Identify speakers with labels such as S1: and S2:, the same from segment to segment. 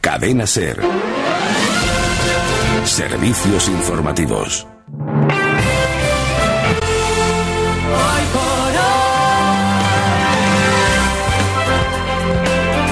S1: Cadena Ser. Servicios informativos.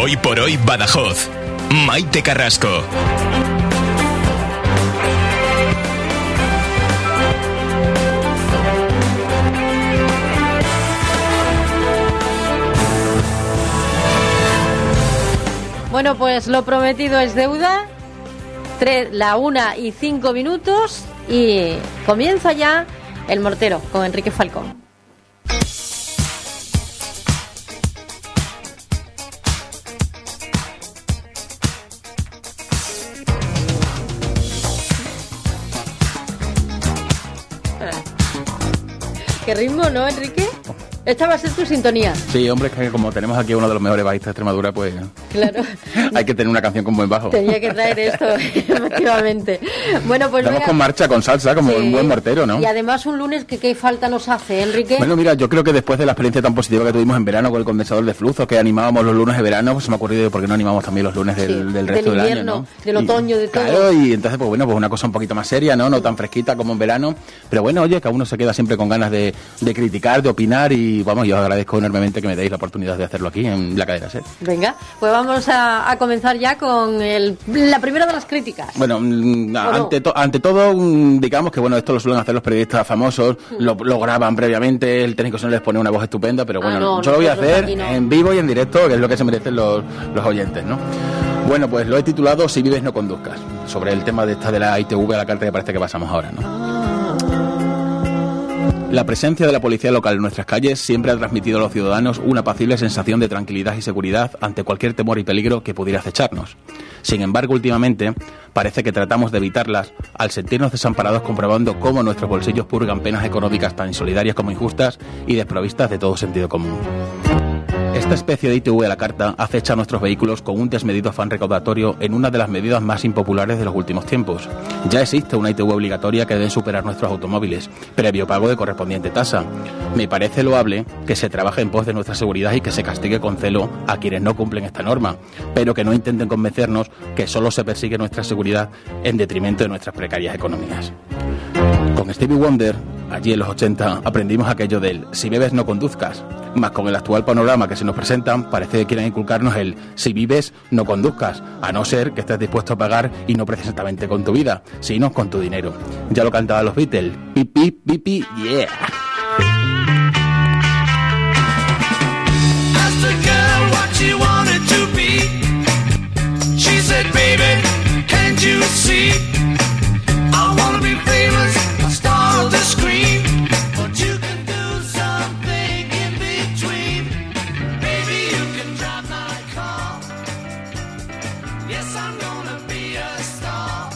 S2: Hoy por hoy Badajoz. Maite Carrasco.
S3: Bueno, pues lo prometido es deuda. Tres, la una y cinco minutos y comienza ya el mortero con Enrique Falcón. Qué ritmo, ¿no, Enrique? Esta va a ser tu sintonía.
S4: Sí, hombre, es que como tenemos aquí a uno de los mejores bajistas de Extremadura, pues
S3: Claro,
S4: hay que tener una canción con buen bajo.
S3: tenía que traer esto, efectivamente. Bueno, pues
S4: Estamos
S3: venga.
S4: con marcha, con salsa, como
S3: Sí.
S4: un buen mortero, ¿no?
S3: Y además un lunes que qué falta nos hace, eh, Enrique.
S4: Bueno, mira, yo creo que después de la experiencia tan positiva que tuvimos en verano con el condensador de flujo, que animábamos los lunes de verano, pues se me ha ocurrido por qué no animamos también los lunes del,
S3: Sí,
S4: del
S3: del
S4: resto del,
S3: invierno,
S4: año, ¿no?
S3: del
S4: Y-
S3: otoño, de todo.
S4: Claro, y entonces, pues bueno, pues una cosa un poquito más seria, ¿no? No tan fresquita como en verano. Pero bueno, oye, que a uno se queda siempre con ganas de, de criticar, de opinar y, vamos, yo os agradezco enormemente que me deis la oportunidad de hacerlo aquí en la cadena SER.
S3: Venga, pues vamos a, a comenzar ya con el- la primera de las críticas.
S4: Bueno, mm,
S3: no?
S4: ante, to- ante todo, mm, digamos que bueno, esto lo suelen hacer los periodistas famosos,
S3: Hmm.
S4: lo, lo graban previamente, el técnico se les pone una voz estupenda, pero bueno,
S3: Ah, no,
S4: yo lo voy a
S3: nosotros
S4: hacer
S3: aquí no.
S4: en vivo y en directo, que es lo que se merecen los, los oyentes, ¿no? Bueno, pues lo he titulado Si vives no conduzcas, sobre el tema de esta de la ITV a la carta que parece que pasamos ahora, ¿no? La presencia de la policía local en nuestras calles siempre ha transmitido a los ciudadanos una apacible sensación de tranquilidad y seguridad ante cualquier temor y peligro que pudiera acecharnos. Sin embargo, últimamente parece que tratamos de evitarlas al sentirnos desamparados comprobando cómo nuestros bolsillos purgan penas económicas tan insolidarias como injustas y desprovistas de todo sentido común. Esta especie de ITV a la carta acecha a nuestros vehículos con un desmedido afán recaudatorio en una de las medidas más impopulares de los últimos tiempos. Ya existe una ITV obligatoria que deben superar nuestros automóviles, previo pago de correspondiente tasa. Me parece loable que se trabaje en pos de nuestra seguridad y que se castigue con celo a quienes no cumplen esta norma, pero que no intenten convencernos que solo se persigue nuestra seguridad en detrimento de nuestras precarias economías. Con Stevie Wonder, allí en los 80, aprendimos aquello del si bebes no conduzcas. Más con el actual panorama que se nos presentan, parece que quieren inculcarnos el si vives no conduzcas, a no ser que estés dispuesto a pagar y no precisamente con tu vida, sino con tu dinero. Ya lo cantaban los Beatles, pi pi pi pi, yeah.
S5: Asked the girl what she wanted to be. She said, Baby, can't you see? I wanna be famous, a star on the screen. But you can do something in between. Baby, you can drive my car. Yes, I'm gonna be a star.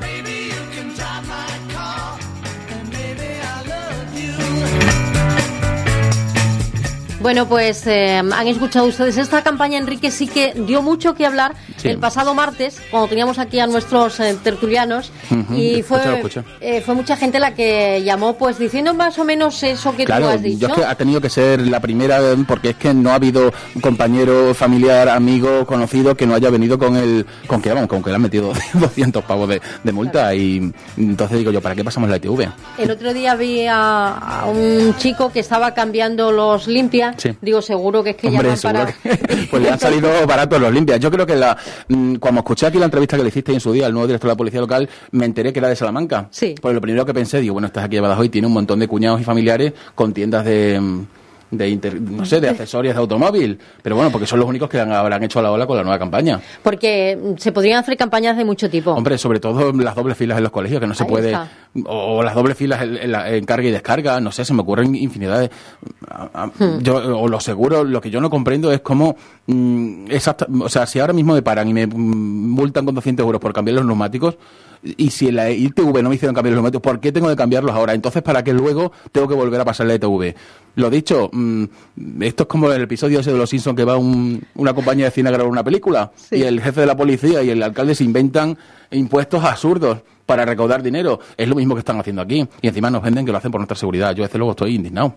S5: Baby, you can drive my car. And baby, I love you.
S3: Bueno, pues eh, han escuchado ustedes esta campaña, Enrique, sí que dio mucho que hablar
S4: Sí.
S3: el pasado martes, cuando teníamos aquí a nuestros eh, tertulianos,
S4: Ujú,
S3: y
S4: escucha,
S3: fue,
S4: escucha.
S3: eh, fue mucha gente la que llamó, pues diciendo más o menos eso que tú
S4: Claro,
S3: has
S4: yo
S3: dicho.
S4: es que ha tenido que ser la primera eh, porque es que no ha habido compañero, familiar, amigo, conocido que no haya venido con el con que vamos, con que le han metido 200 pavos de, de multa y entonces digo yo, ¿para qué pasamos la ITV?
S3: El otro día vi a, a un chico que estaba cambiando los limpias.
S4: Sí.
S3: Digo, seguro que es que
S4: Hombre,
S3: llaman
S4: seguro
S3: para.
S4: que- pues le han salido baratos los limpias. Yo creo que la, mm, cuando escuché aquí la entrevista que le hiciste en su día al nuevo director de la policía local, me enteré que era de Salamanca.
S3: Sí.
S4: Pues lo primero que pensé, digo, bueno, estás aquí de Badajoz y tiene un montón de cuñados y familiares con tiendas de mm, de inter- no sé, de accesorios de automóvil, pero bueno, porque son los únicos que han, habrán hecho la ola con la nueva campaña.
S3: Porque mm, se podrían hacer campañas de mucho tipo.
S4: Hombre, sobre todo las dobles filas en los colegios, que no se
S3: Ahí
S4: puede.
S3: está.
S4: O las dobles filas en, en la- en carga y descarga, no sé, se me ocurren infinidades. A- a-
S3: Hmm.
S4: Yo, o lo seguro, lo que yo no comprendo es cómo. mm, exacta- o sea, si ahora mismo me paran y me mm, multan con 200 euros por cambiar los neumáticos. Y si en la ITV no me hicieron cambiar los neumáticos, ¿por qué tengo que cambiarlos ahora? Entonces, ¿para qué luego tengo que volver a pasar la ITV? Lo dicho, mm, esto es como el episodio ese de Los Simpsons que va un- una compañía de cine a grabar una película
S3: Sí.
S4: y el jefe de la policía y el alcalde se inventan impuestos absurdos. para recaudar dinero. Es lo mismo que están haciendo aquí. Y encima nos venden que lo hacen por nuestra seguridad. Yo desde luego estoy indignado.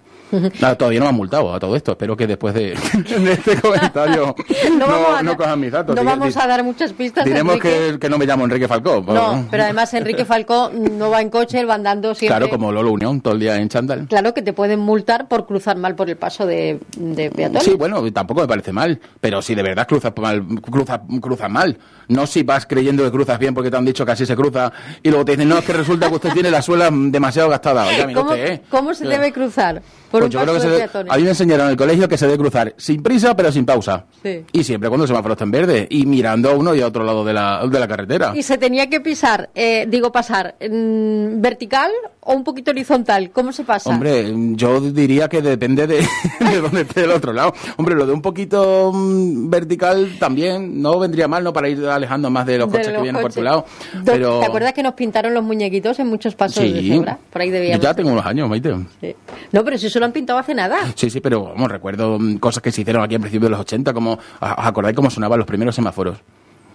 S4: Nada, todavía no me han multado a todo esto. Espero que después de, de este comentario no,
S3: vamos a-
S4: no cojan mis datos.
S3: no
S4: Diré-
S3: vamos a dar muchas pistas.
S4: Diremos
S3: Enrique.
S4: que, que no me llamo Enrique Falcó.
S3: No, pero además Enrique Falcó no va en coche, él va andando siempre.
S4: Claro, como Lolo Unión, todo el día en chandal.
S3: Claro que te pueden multar por cruzar mal por el paso de, de peatones.
S4: Sí, bueno, tampoco me parece mal, pero si de verdad cruzas mal, cruzas, cruzas mal, no si vas creyendo que cruzas bien porque te han dicho que así se cruza y luego te dicen, no, es que resulta que usted tiene la suela demasiado gastada. Oiga, mire
S3: ¿Cómo,
S4: usted, ¿eh?
S3: cómo se debe cruzar? Por
S4: Pues
S3: un
S4: yo creo que
S3: paso
S4: se
S3: de
S4: debe-
S3: peatones.
S4: a mí me enseñaron en el colegio que se debe cruzar sin prisa pero sin pausa.
S3: Sí.
S4: Y siempre cuando el semáforo está en verde y mirando a uno y a otro lado de la, de la carretera.
S3: Y se tenía que pisar, eh, digo pasar, mm, vertical o un poquito horizontal. ¿Cómo se pasa?
S4: Hombre, yo diría que depende de, de dónde esté el otro lado. Hombre, lo de un poquito mm, vertical también no vendría mal, ¿no? Para ir alejando más de los
S3: De
S4: coches que
S3: los
S4: vienen por tu
S3: coches.
S4: lado.
S3: Do-
S4: Pero...
S3: ¿Te acuerdas que nos pintaron los muñequitos en muchos pasos de
S4: Sí,
S3: cebra? Por ahí
S4: yo
S3: debíamos.
S4: ya tengo unos años, Maite.
S3: Sí. No, pero si eso lo han pintado hace nada.
S4: Sí, sí, pero vamos, recuerdo mm, cosas que se hicieron aquí en principio de los 80, como, ¿os acordáis cómo sonaban los primeros semáforos?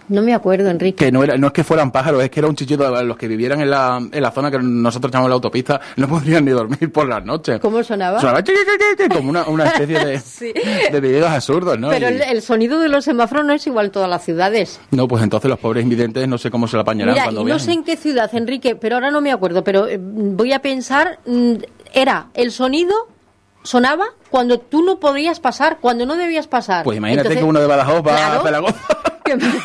S3: No me acuerdo, Enrique.
S4: que no, era, no es que fueran pájaros, es que era un chichito. Los que vivieran en la, en la zona que nosotros llamamos la autopista no podrían ni dormir por las noches.
S3: ¿Cómo sonaba?
S4: Sonaba chiqui, chiqui, chiqui, como una, una especie de,
S3: Sí.
S4: de videos absurdos, ¿no?
S3: Pero
S4: Y-
S3: el, el sonido de los semáforos no es igual en todas las ciudades.
S4: No, pues entonces los pobres invidentes no sé cómo se la apañarán
S3: Mira, y
S4: cuando
S3: no
S4: vean.
S3: sé en qué ciudad, Enrique, pero ahora no me acuerdo, pero eh, voy a pensar, mm, era el sonido sonaba cuando tú no podías pasar, cuando no debías pasar.
S4: Pues imagínate
S3: Entonces,
S4: que uno de Badajoz va
S3: claro,
S4: a Zaragoza
S3: que-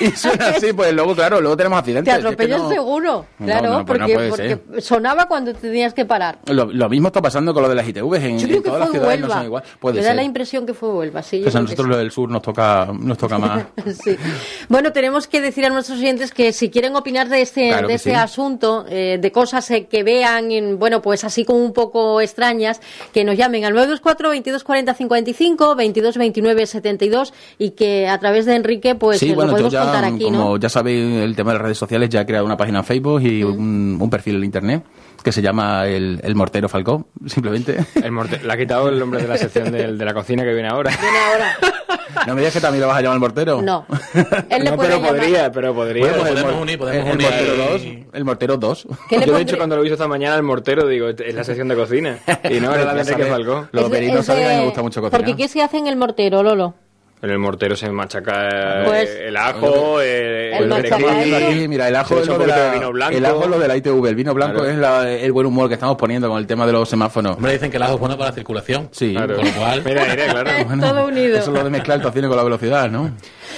S4: y suena así, pues luego, claro, luego tenemos accidentes.
S3: Te
S4: es que
S3: atropellas
S4: no-
S3: seguro,
S4: No,
S3: claro,
S4: no, pues no
S3: porque,
S4: puede ser.
S3: porque sonaba cuando tenías que parar.
S4: Lo, lo mismo está pasando con lo de las ITVs en,
S3: Yo
S4: en
S3: creo que
S4: todas las
S3: fue
S4: ciudades no
S3: Huelva.
S4: son igual. Puede
S3: Me da
S4: ser.
S3: la impresión que fue Huelva, sí. yo
S4: Pues a
S3: creo que
S4: nosotros
S3: sí.
S4: lo del sur nos toca, nos toca más.
S3: Sí. Bueno, tenemos que decir a nuestros oyentes que si quieren opinar de este, de
S4: Claro que
S3: este
S4: sí.
S3: asunto, eh, de cosas eh, que vean, en- bueno, pues así como un poco extrañas, que nos llamen al 924 2240 55 2229-72 y que a través de Enrique, pues eh, lo podemos contar aquí,
S4: como
S3: ¿no?
S4: ya sabéis, el tema de las redes sociales, ya he creado una página en Facebook y
S3: Mm.
S4: un, un perfil en Internet que se llama El, El Mortero Falcó, simplemente.
S6: El morte- le ha quitado el nombre de la sección del- de la cocina que viene ahora.
S3: Viene ahora.
S4: ¿No me digas que también lo vas a llamar El Mortero?
S3: No. Él le
S6: No,
S3: puede
S6: pero
S3: llamar.
S6: podría, pero podría.
S4: Bueno, pues el
S7: Podemos
S4: mor-
S7: unir,
S4: es
S7: podemos
S4: el
S7: unir.
S4: Mortero 2. El Mortero 2.
S3: ¿Qué le
S6: Yo, de
S3: pondré-
S6: hecho, cuando lo he visto esta mañana, el mortero, digo, es la sección de cocina. Y no, era la de Enrique Falcó.
S4: Los
S3: Es de-
S4: peritos
S3: es de-
S4: saben que a mí me gusta mucho cocinar.
S3: Porque ¿qué se hace en el mortero, Lolo?
S6: En el mortero se machaca eh,
S3: Pues-
S6: el ajo, eh,
S3: El
S6: el,
S4: Lo que
S6: perejil.
S4: estamos haciendo aquí, mira, el ajo
S6: Se
S4: es
S6: echa
S4: lo
S6: un
S4: de
S6: poquito de
S4: la,
S6: vino blanco.
S4: el ajo es lo de la ITV, el vino blanco
S6: Claro.
S4: es la- el buen humor que estamos poniendo con el tema de los semáforos.
S7: Hombre, dicen que el ajo es bueno para la circulación.
S4: Sí.
S6: Claro.
S7: Con lo cual-
S6: Mira, mira, claro.
S3: Todo unido.
S4: Eso es lo de mezclar el tocino con la velocidad, ¿no?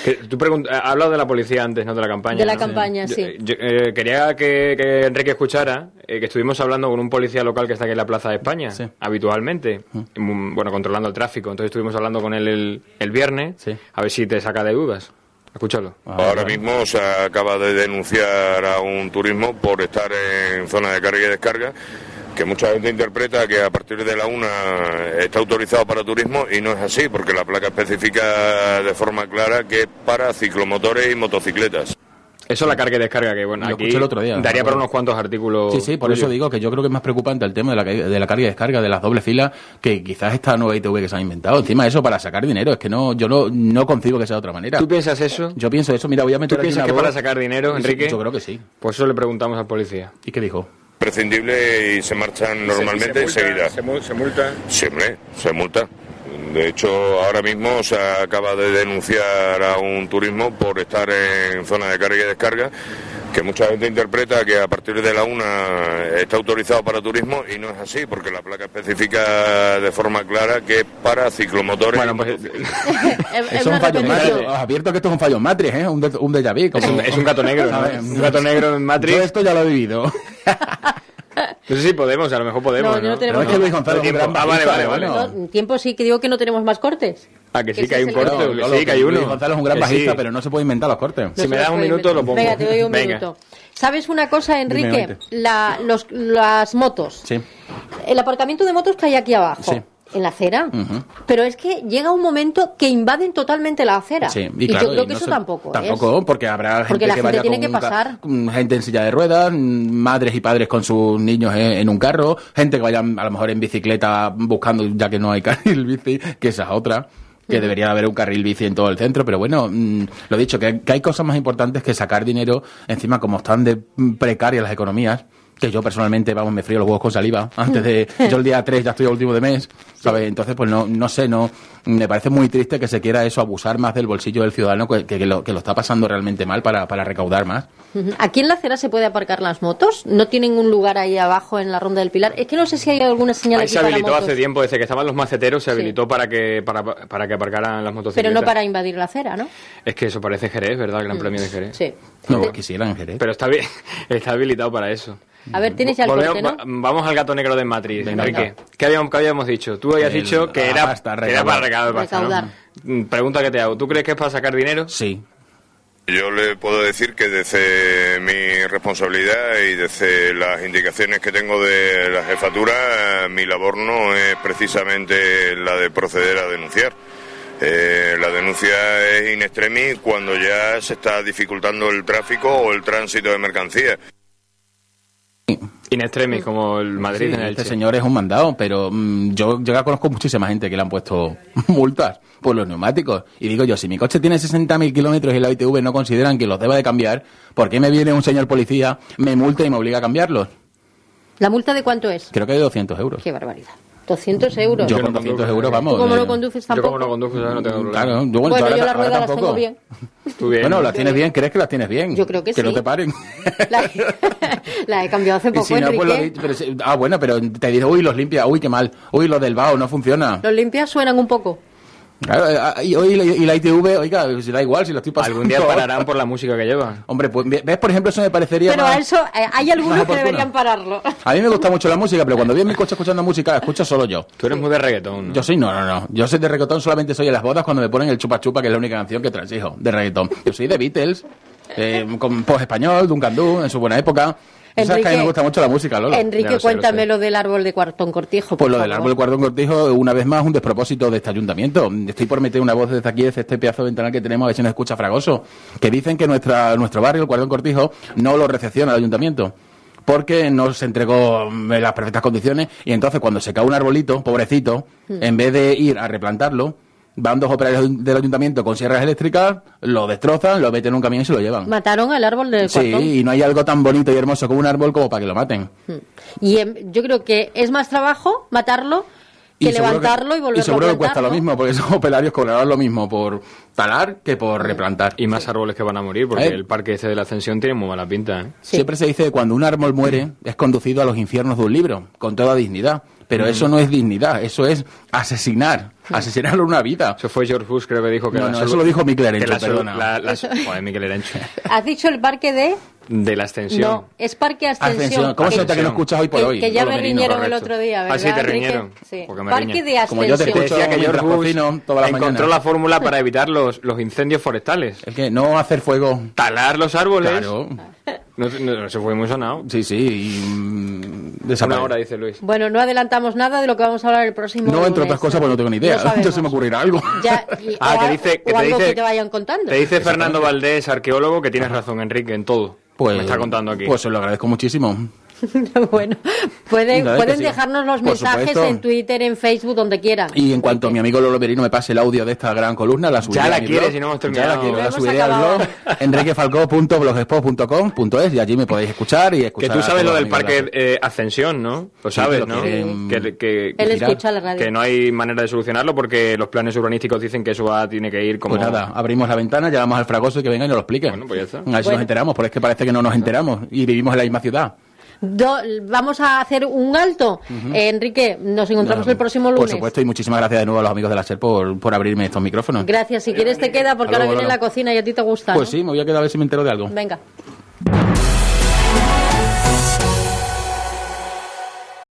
S6: Que tú pregun- eh, ha hablado de la policía antes, no de la campaña.
S3: De la
S6: ¿no?
S3: campaña,
S6: Yo-
S3: sí.
S6: yo, eh, quería que, que Enrique escuchara eh, que estuvimos hablando con un policía local que está aquí en la Plaza de España,
S4: Sí.
S6: habitualmente, mm, bueno, controlando el tráfico. Entonces estuvimos hablando con él el, el viernes,
S4: Sí. Ah.
S6: a ver si te saca de dudas. Escúchalo.
S8: Ahora mismo se acaba de denunciar a un turismo por estar en zona de carga y descarga, que mucha gente interpreta que a partir de la una está autorizado para turismo y no es así, porque la placa especifica de forma clara que es para ciclomotores y motocicletas.
S6: Eso la carga y descarga, que bueno,
S4: Lo
S6: aquí
S4: escuché el otro día, me
S6: daría
S4: acuerdo.
S6: para unos cuantos artículos.
S4: Sí, sí, por eso
S6: tuyos.
S4: digo que yo creo que es más preocupante el tema de la, ca- de la carga y descarga, de las dobles filas, que quizás esta nueva ITV que se ha inventado. Encima eso para sacar dinero, es que no, yo no, no concibo que sea de otra manera.
S6: ¿Tú piensas eso?
S4: Yo pienso eso, mira, voy a meter
S6: ¿Tú
S4: aquí
S6: piensas
S4: una
S6: que
S4: voz.
S6: para sacar dinero,
S4: Sí,
S6: Enrique?
S4: Yo creo que sí.
S6: Pues eso le preguntamos al policía.
S4: ¿Y qué dijo?
S8: Prescindible y se marchan normalmente enseguida.
S6: multa.
S8: Sí, hombre, se multa. De hecho, ahora mismo se acaba de denunciar a un turismo por estar en zona de carga y descarga, que mucha gente interpreta que a partir de la una está autorizado para turismo y no es así, porque la placa especifica de forma clara que es para ciclomotores.
S6: Bueno,
S8: y
S6: pues
S8: motocicletas.
S3: Es, es
S4: Eso es
S3: una
S4: un fallo en
S3: repetición.
S4: Matrix. Os advierto que esto es un fallo en Matrix, ¿eh? Un, de, un déjà vu.
S6: es
S4: como-
S6: un, es un gato negro, ¿no?
S4: ¿Sabes?
S6: Un gato negro en Matrix.
S4: Yo esto ya lo he vivido.
S6: No sé si podemos, a lo mejor podemos.
S3: No, yo no tenemos-
S4: Pero es que Luis González es un
S6: Tiempo.
S4: gran
S6: Ah, vale,
S4: bajista,
S6: vale,
S4: pero
S6: vale.
S4: bueno.
S3: No, tiempo sí que digo que no tenemos más cortes.
S6: Ah, que sí,
S3: Ese
S6: que hay
S3: es
S6: un
S3: el
S6: corte.
S3: corte.
S6: que
S4: Lolo,
S6: sí, que hay uno.
S4: Luis González es un gran
S6: Que sí.
S4: bajista, pero no se puede inventar los cortes.
S6: Si me das
S3: das
S6: un minuto, lo pongo.
S3: Venga, te doy un
S6: Venga.
S3: minuto. ¿Sabes una cosa,
S4: Dime,
S3: Enrique?
S4: Maite.
S3: La- los- las motos.
S4: Sí.
S3: El aparcamiento de motos que hay aquí abajo.
S4: Sí.
S3: En la acera.
S4: Ujú.
S3: Pero es que llega un momento que invaden totalmente la acera.
S4: Sí,
S3: y,
S4: claro,
S3: yo creo
S4: y
S3: que
S4: no
S3: eso
S4: se-
S3: tampoco. ¿eh?
S4: Tampoco,
S3: es.
S4: porque habrá gente
S3: Porque la
S4: que
S3: gente
S4: vaya
S3: tiene
S4: con
S3: que
S4: un ca-
S3: pasar.
S4: con gente en silla de ruedas, mm, madres y padres con sus niños en, en un carro, gente que vaya a lo mejor en bicicleta buscando, ya que no hay carril bici, que esa es otra. que debería haber un carril bici en todo el centro, pero bueno, mm, lo dicho, que, que hay cosas más importantes que sacar dinero, encima como están de mm, precarias las economías, que yo personalmente, vamos, me frío los huevos con saliva, antes de, yo el día 3 ya estoy a último de mes, ¿sabes? Entonces, pues no, no sé, no, me parece muy triste que se quiera eso, abusar más del bolsillo del ciudadano que, que- que lo, que lo está pasando realmente mal para, para recaudar más.
S3: Ujú. Aquí en la acera se puede aparcar las motos. No tienen un lugar ahí abajo en la ronda del Pilar. Es que no sé si hay alguna señal
S6: Ahí
S3: aquí
S6: se
S3: para
S6: habilitó
S3: motos,
S6: hace tiempo, desde que estaban los maceteros, se
S3: Sí.
S6: habilitó para que para, para que aparcaran las motocicletas.
S3: pero no para invadir la acera, ¿no?
S6: Es que eso parece Jerez, ¿verdad? El Gran Premio de Jerez.
S3: Sí.
S4: No, que quisieran, Jerez.
S6: Pero está, bien, está habilitado para eso.
S3: A ver, tienes ya el
S6: Volvemos-
S3: corte, ¿no?
S6: va- Vamos al gato negro de Matriz,
S4: Venga,
S6: Enrique.
S4: venga.
S6: ¿Qué habíamos, qué habíamos dicho? Tú habías
S4: El-
S6: dicho que
S4: la
S6: era,
S4: pasta,
S6: que era para recaudar
S3: recaudar.
S6: pasta, ¿no? Mm, Pregunta que te hago. ¿Tú crees que es para sacar dinero?
S4: Sí,
S8: Yo le puedo decir que desde mi responsabilidad y desde las indicaciones que tengo de la jefatura, mi labor no es precisamente la de proceder a denunciar. Eh, la denuncia es in extremis cuando ya se está dificultando el tráfico o el tránsito de mercancías.
S6: In
S3: Mm.
S6: extremis, como el Madrid
S4: Sí,
S6: en el
S4: este
S6: Che.
S4: señor es un mandado, pero mm, yo, yo ya conozco muchísima gente que le han puesto multas por los neumáticos. Y digo yo, si mi coche tiene 60.000 kilómetros y la ITV no consideran que los deba de cambiar, ¿por qué me viene un señor policía, me multa y me obliga a cambiarlos?
S3: ¿La multa de cuánto es?
S4: Creo que de 200 euros.
S3: Qué barbaridad. 2200 euros.
S4: Yo
S6: no
S4: con 200
S6: conduzco.
S4: euros, vamos.
S3: ¿Tú como
S4: eh,
S3: no conduces Pues
S6: Yo
S3: tampoco?
S6: como no conduzco, ¿sabes? no tengo problema.
S4: Claro, yo, bueno,
S3: Bueno, yo
S4: ahora,
S3: las
S4: ahora
S3: ruedas las
S4: tampoco.
S3: tengo bien.
S6: Tú bien.
S4: Bueno, las tienes bien, ¿crees que las tienes bien?
S3: Yo creo que
S4: Que no
S3: sí.
S4: te paren.
S3: La, la he cambiado hace
S4: Y
S3: poco,
S4: si no, pues lo
S3: Enrique.
S4: di- pero si- ah, bueno, pero te diré, uy, los limpia, uy, qué mal, uy, los del BAO no funciona.
S3: Los limpias suenan un poco.
S4: Claro, eh, ah, y, hoy la- y la ITV, oiga, si da igual, si lo estoy pasando.
S6: Algún día pararán por la música que llevan.
S4: Hombre, pues ve- ves, por ejemplo, eso me parecería.
S3: Pero
S4: más-
S3: a eso eh, hay
S4: más
S3: algunos que
S4: oportuno.
S3: deberían pararlo.
S4: A mí me gusta mucho la música, pero cuando vi en mi coche escuchando música, la escucho solo yo.
S6: Tú eres muy de reggaetón. ¿no?
S4: Yo soy, no, no, no. Yo soy de reggaetón, solamente soy en las bodas cuando me ponen el chupa chupa, que es la única canción que transijo de reggaetón. Yo soy de Beatles, eh, con post español, Duncan Du, en su buena época. Tú sabes que a mí
S3: Enrique-
S4: me gusta mucho la música, Lola.
S3: Enrique,
S6: Ya lo sé, lo
S3: cuéntame
S6: sé.
S3: lo del árbol de cuartón cortijo.
S4: Pues
S3: por
S4: lo del
S3: favor.
S4: árbol cuartón cortijo, una vez más, un despropósito de este ayuntamiento. Estoy por meter una voz desde aquí, desde este pedazo de ventana que tenemos, a ver si nos escucha Fragoso, que dicen que nuestra, nuestro barrio, el cuartón cortijo, no lo recepciona el ayuntamiento. Porque no se entregó mm, en las perfectas condiciones y entonces cuando se cae un arbolito, pobrecito,
S3: Hmm.
S4: en vez de ir a replantarlo, van dos operarios del ayuntamiento con sierras eléctricas, lo destrozan, lo meten en un camión y se lo llevan.
S3: Mataron al árbol del
S4: Sí,
S3: cuartón.
S4: y no hay algo tan bonito y hermoso como un árbol como para que lo maten.
S3: Y em, yo creo que es más trabajo matarlo que
S4: seguro
S3: levantarlo y volverlo
S4: Y seguro
S3: a
S4: que cuesta
S3: plantar,
S4: lo
S3: ¿no?
S4: mismo, porque esos operarios cobrarán lo mismo por talar que por replantar.
S6: Y más árboles que van a morir, porque
S4: ¿Eh?
S6: el parque este de la Ascensión tiene muy mala pinta. ¿eh?
S3: Sí.
S4: Siempre se dice que cuando un árbol muere es conducido a los infiernos de un libro, con toda dignidad.
S6: Mm.
S4: Pero eso no es dignidad, eso es asesinar, asesinarlo una vida.
S6: Eso fue George Bush, creo que dijo que
S4: No,
S6: la
S4: no,
S6: solu-
S4: eso lo dijo Miquel
S6: que
S4: Erencho,
S6: la solu-
S4: perdona.
S6: la- la- Joder, Miquel Erencho.
S3: Has dicho el parque de...
S6: De la Ascensión.
S3: No, es parque Ascensión.
S4: Ascensión. Ah, ¿Cómo se nota que no escuchas
S6: Ascensión.
S4: hoy por
S3: que,
S4: hoy?
S3: que ya
S4: Pablo
S3: me
S4: Merino?
S3: riñeron el
S6: correcto.
S3: otro día, ¿verdad?
S6: Ah, sí, te
S3: Enrique?
S6: riñeron.
S3: Sí.
S6: Porque me
S3: Parque
S6: riñen.
S3: de Ascensión.
S4: Como yo te
S6: Te
S4: escucho
S6: decía que
S4: mientras
S6: George Bush
S4: cocino todas las
S6: encontró
S4: mañanas.
S6: la fórmula para evitar los, los incendios forestales.
S4: El que no hacer fuego.
S6: Talar los árboles.
S4: Claro.
S6: No, no, eso fue muy sonado.
S4: Sí, sí. Y, mm,
S6: Una
S4: desaparece.
S6: hora, dice Luis.
S3: Bueno, no adelantamos nada de lo que vamos a hablar el próximo
S4: No, entre
S3: lunes.
S4: otras cosas, porque no tengo ni idea.
S3: No sabemos.
S4: Entonces se me ocurrirá algo.
S3: Ya, y-
S6: Ah,
S3: o
S6: que
S3: al-
S6: dice,
S3: o
S6: que te
S3: algo
S6: dice,
S3: que te vayan contando.
S6: Te dice Fernando Valdés, arqueólogo, que tienes razón, Enrique, en todo.
S4: Pues,
S6: me está contando aquí.
S4: Pues se lo agradezco muchísimo.
S3: bueno, pueden,
S4: Nada, es que
S3: pueden
S4: sí.
S3: dejarnos los
S4: Por
S3: mensajes
S4: supuesto.
S3: en Twitter, en Facebook, donde quieran.
S4: Y en cuanto mi amigo Lolo Merino me pase el audio de esta gran columna, la subiré
S6: Ya la
S4: a mi
S6: quieres
S4: blog.
S6: y no hemos
S4: Ya
S6: terminado.
S4: la quiero,
S3: Lo
S4: la
S3: hemos
S4: subiré al
S3: acabado.
S4: blog enriquefalcó.blogspot.com.es y allí me podéis escuchar y
S6: que
S4: escuchar.
S6: tú
S4: a
S6: sabes
S4: todos
S6: lo del
S4: los amigos
S6: parque
S4: de
S6: eh, Ascensión, ¿no? Lo
S4: Sí,
S6: sabes,
S4: lo
S6: ¿no?
S4: quieren
S6: Que, que-
S3: Él
S4: Girar.
S3: escucha la radio.
S6: que no hay manera de solucionarlo porque los planes urbanísticos dicen que eso va, tiene que ir
S4: la-
S6: como...
S4: Pues nada, abrimos la ventana, llamamos al fragoso y que venga y nos lo explique.
S6: Bueno, pues ya está.
S4: A ver si
S3: Bueno.
S4: nos enteramos, porque es que parece que no nos enteramos y vivimos en la misma ciudad.
S3: Do- vamos a hacer un alto. Eh, Enrique, nos encontramos
S4: Nada,
S3: el próximo lunes.
S4: Por supuesto, y muchísimas gracias de nuevo a los amigos de la SER por, por abrirme estos micrófonos.
S3: Gracias. Si quieres te queda porque
S4: Hasta
S3: ahora
S4: luego,
S3: viene
S4: Lola.
S3: la cocina y a ti te gusta.
S4: Pues
S3: ¿no?
S4: sí, me voy a quedar a ver si me entero de algo.
S3: Venga.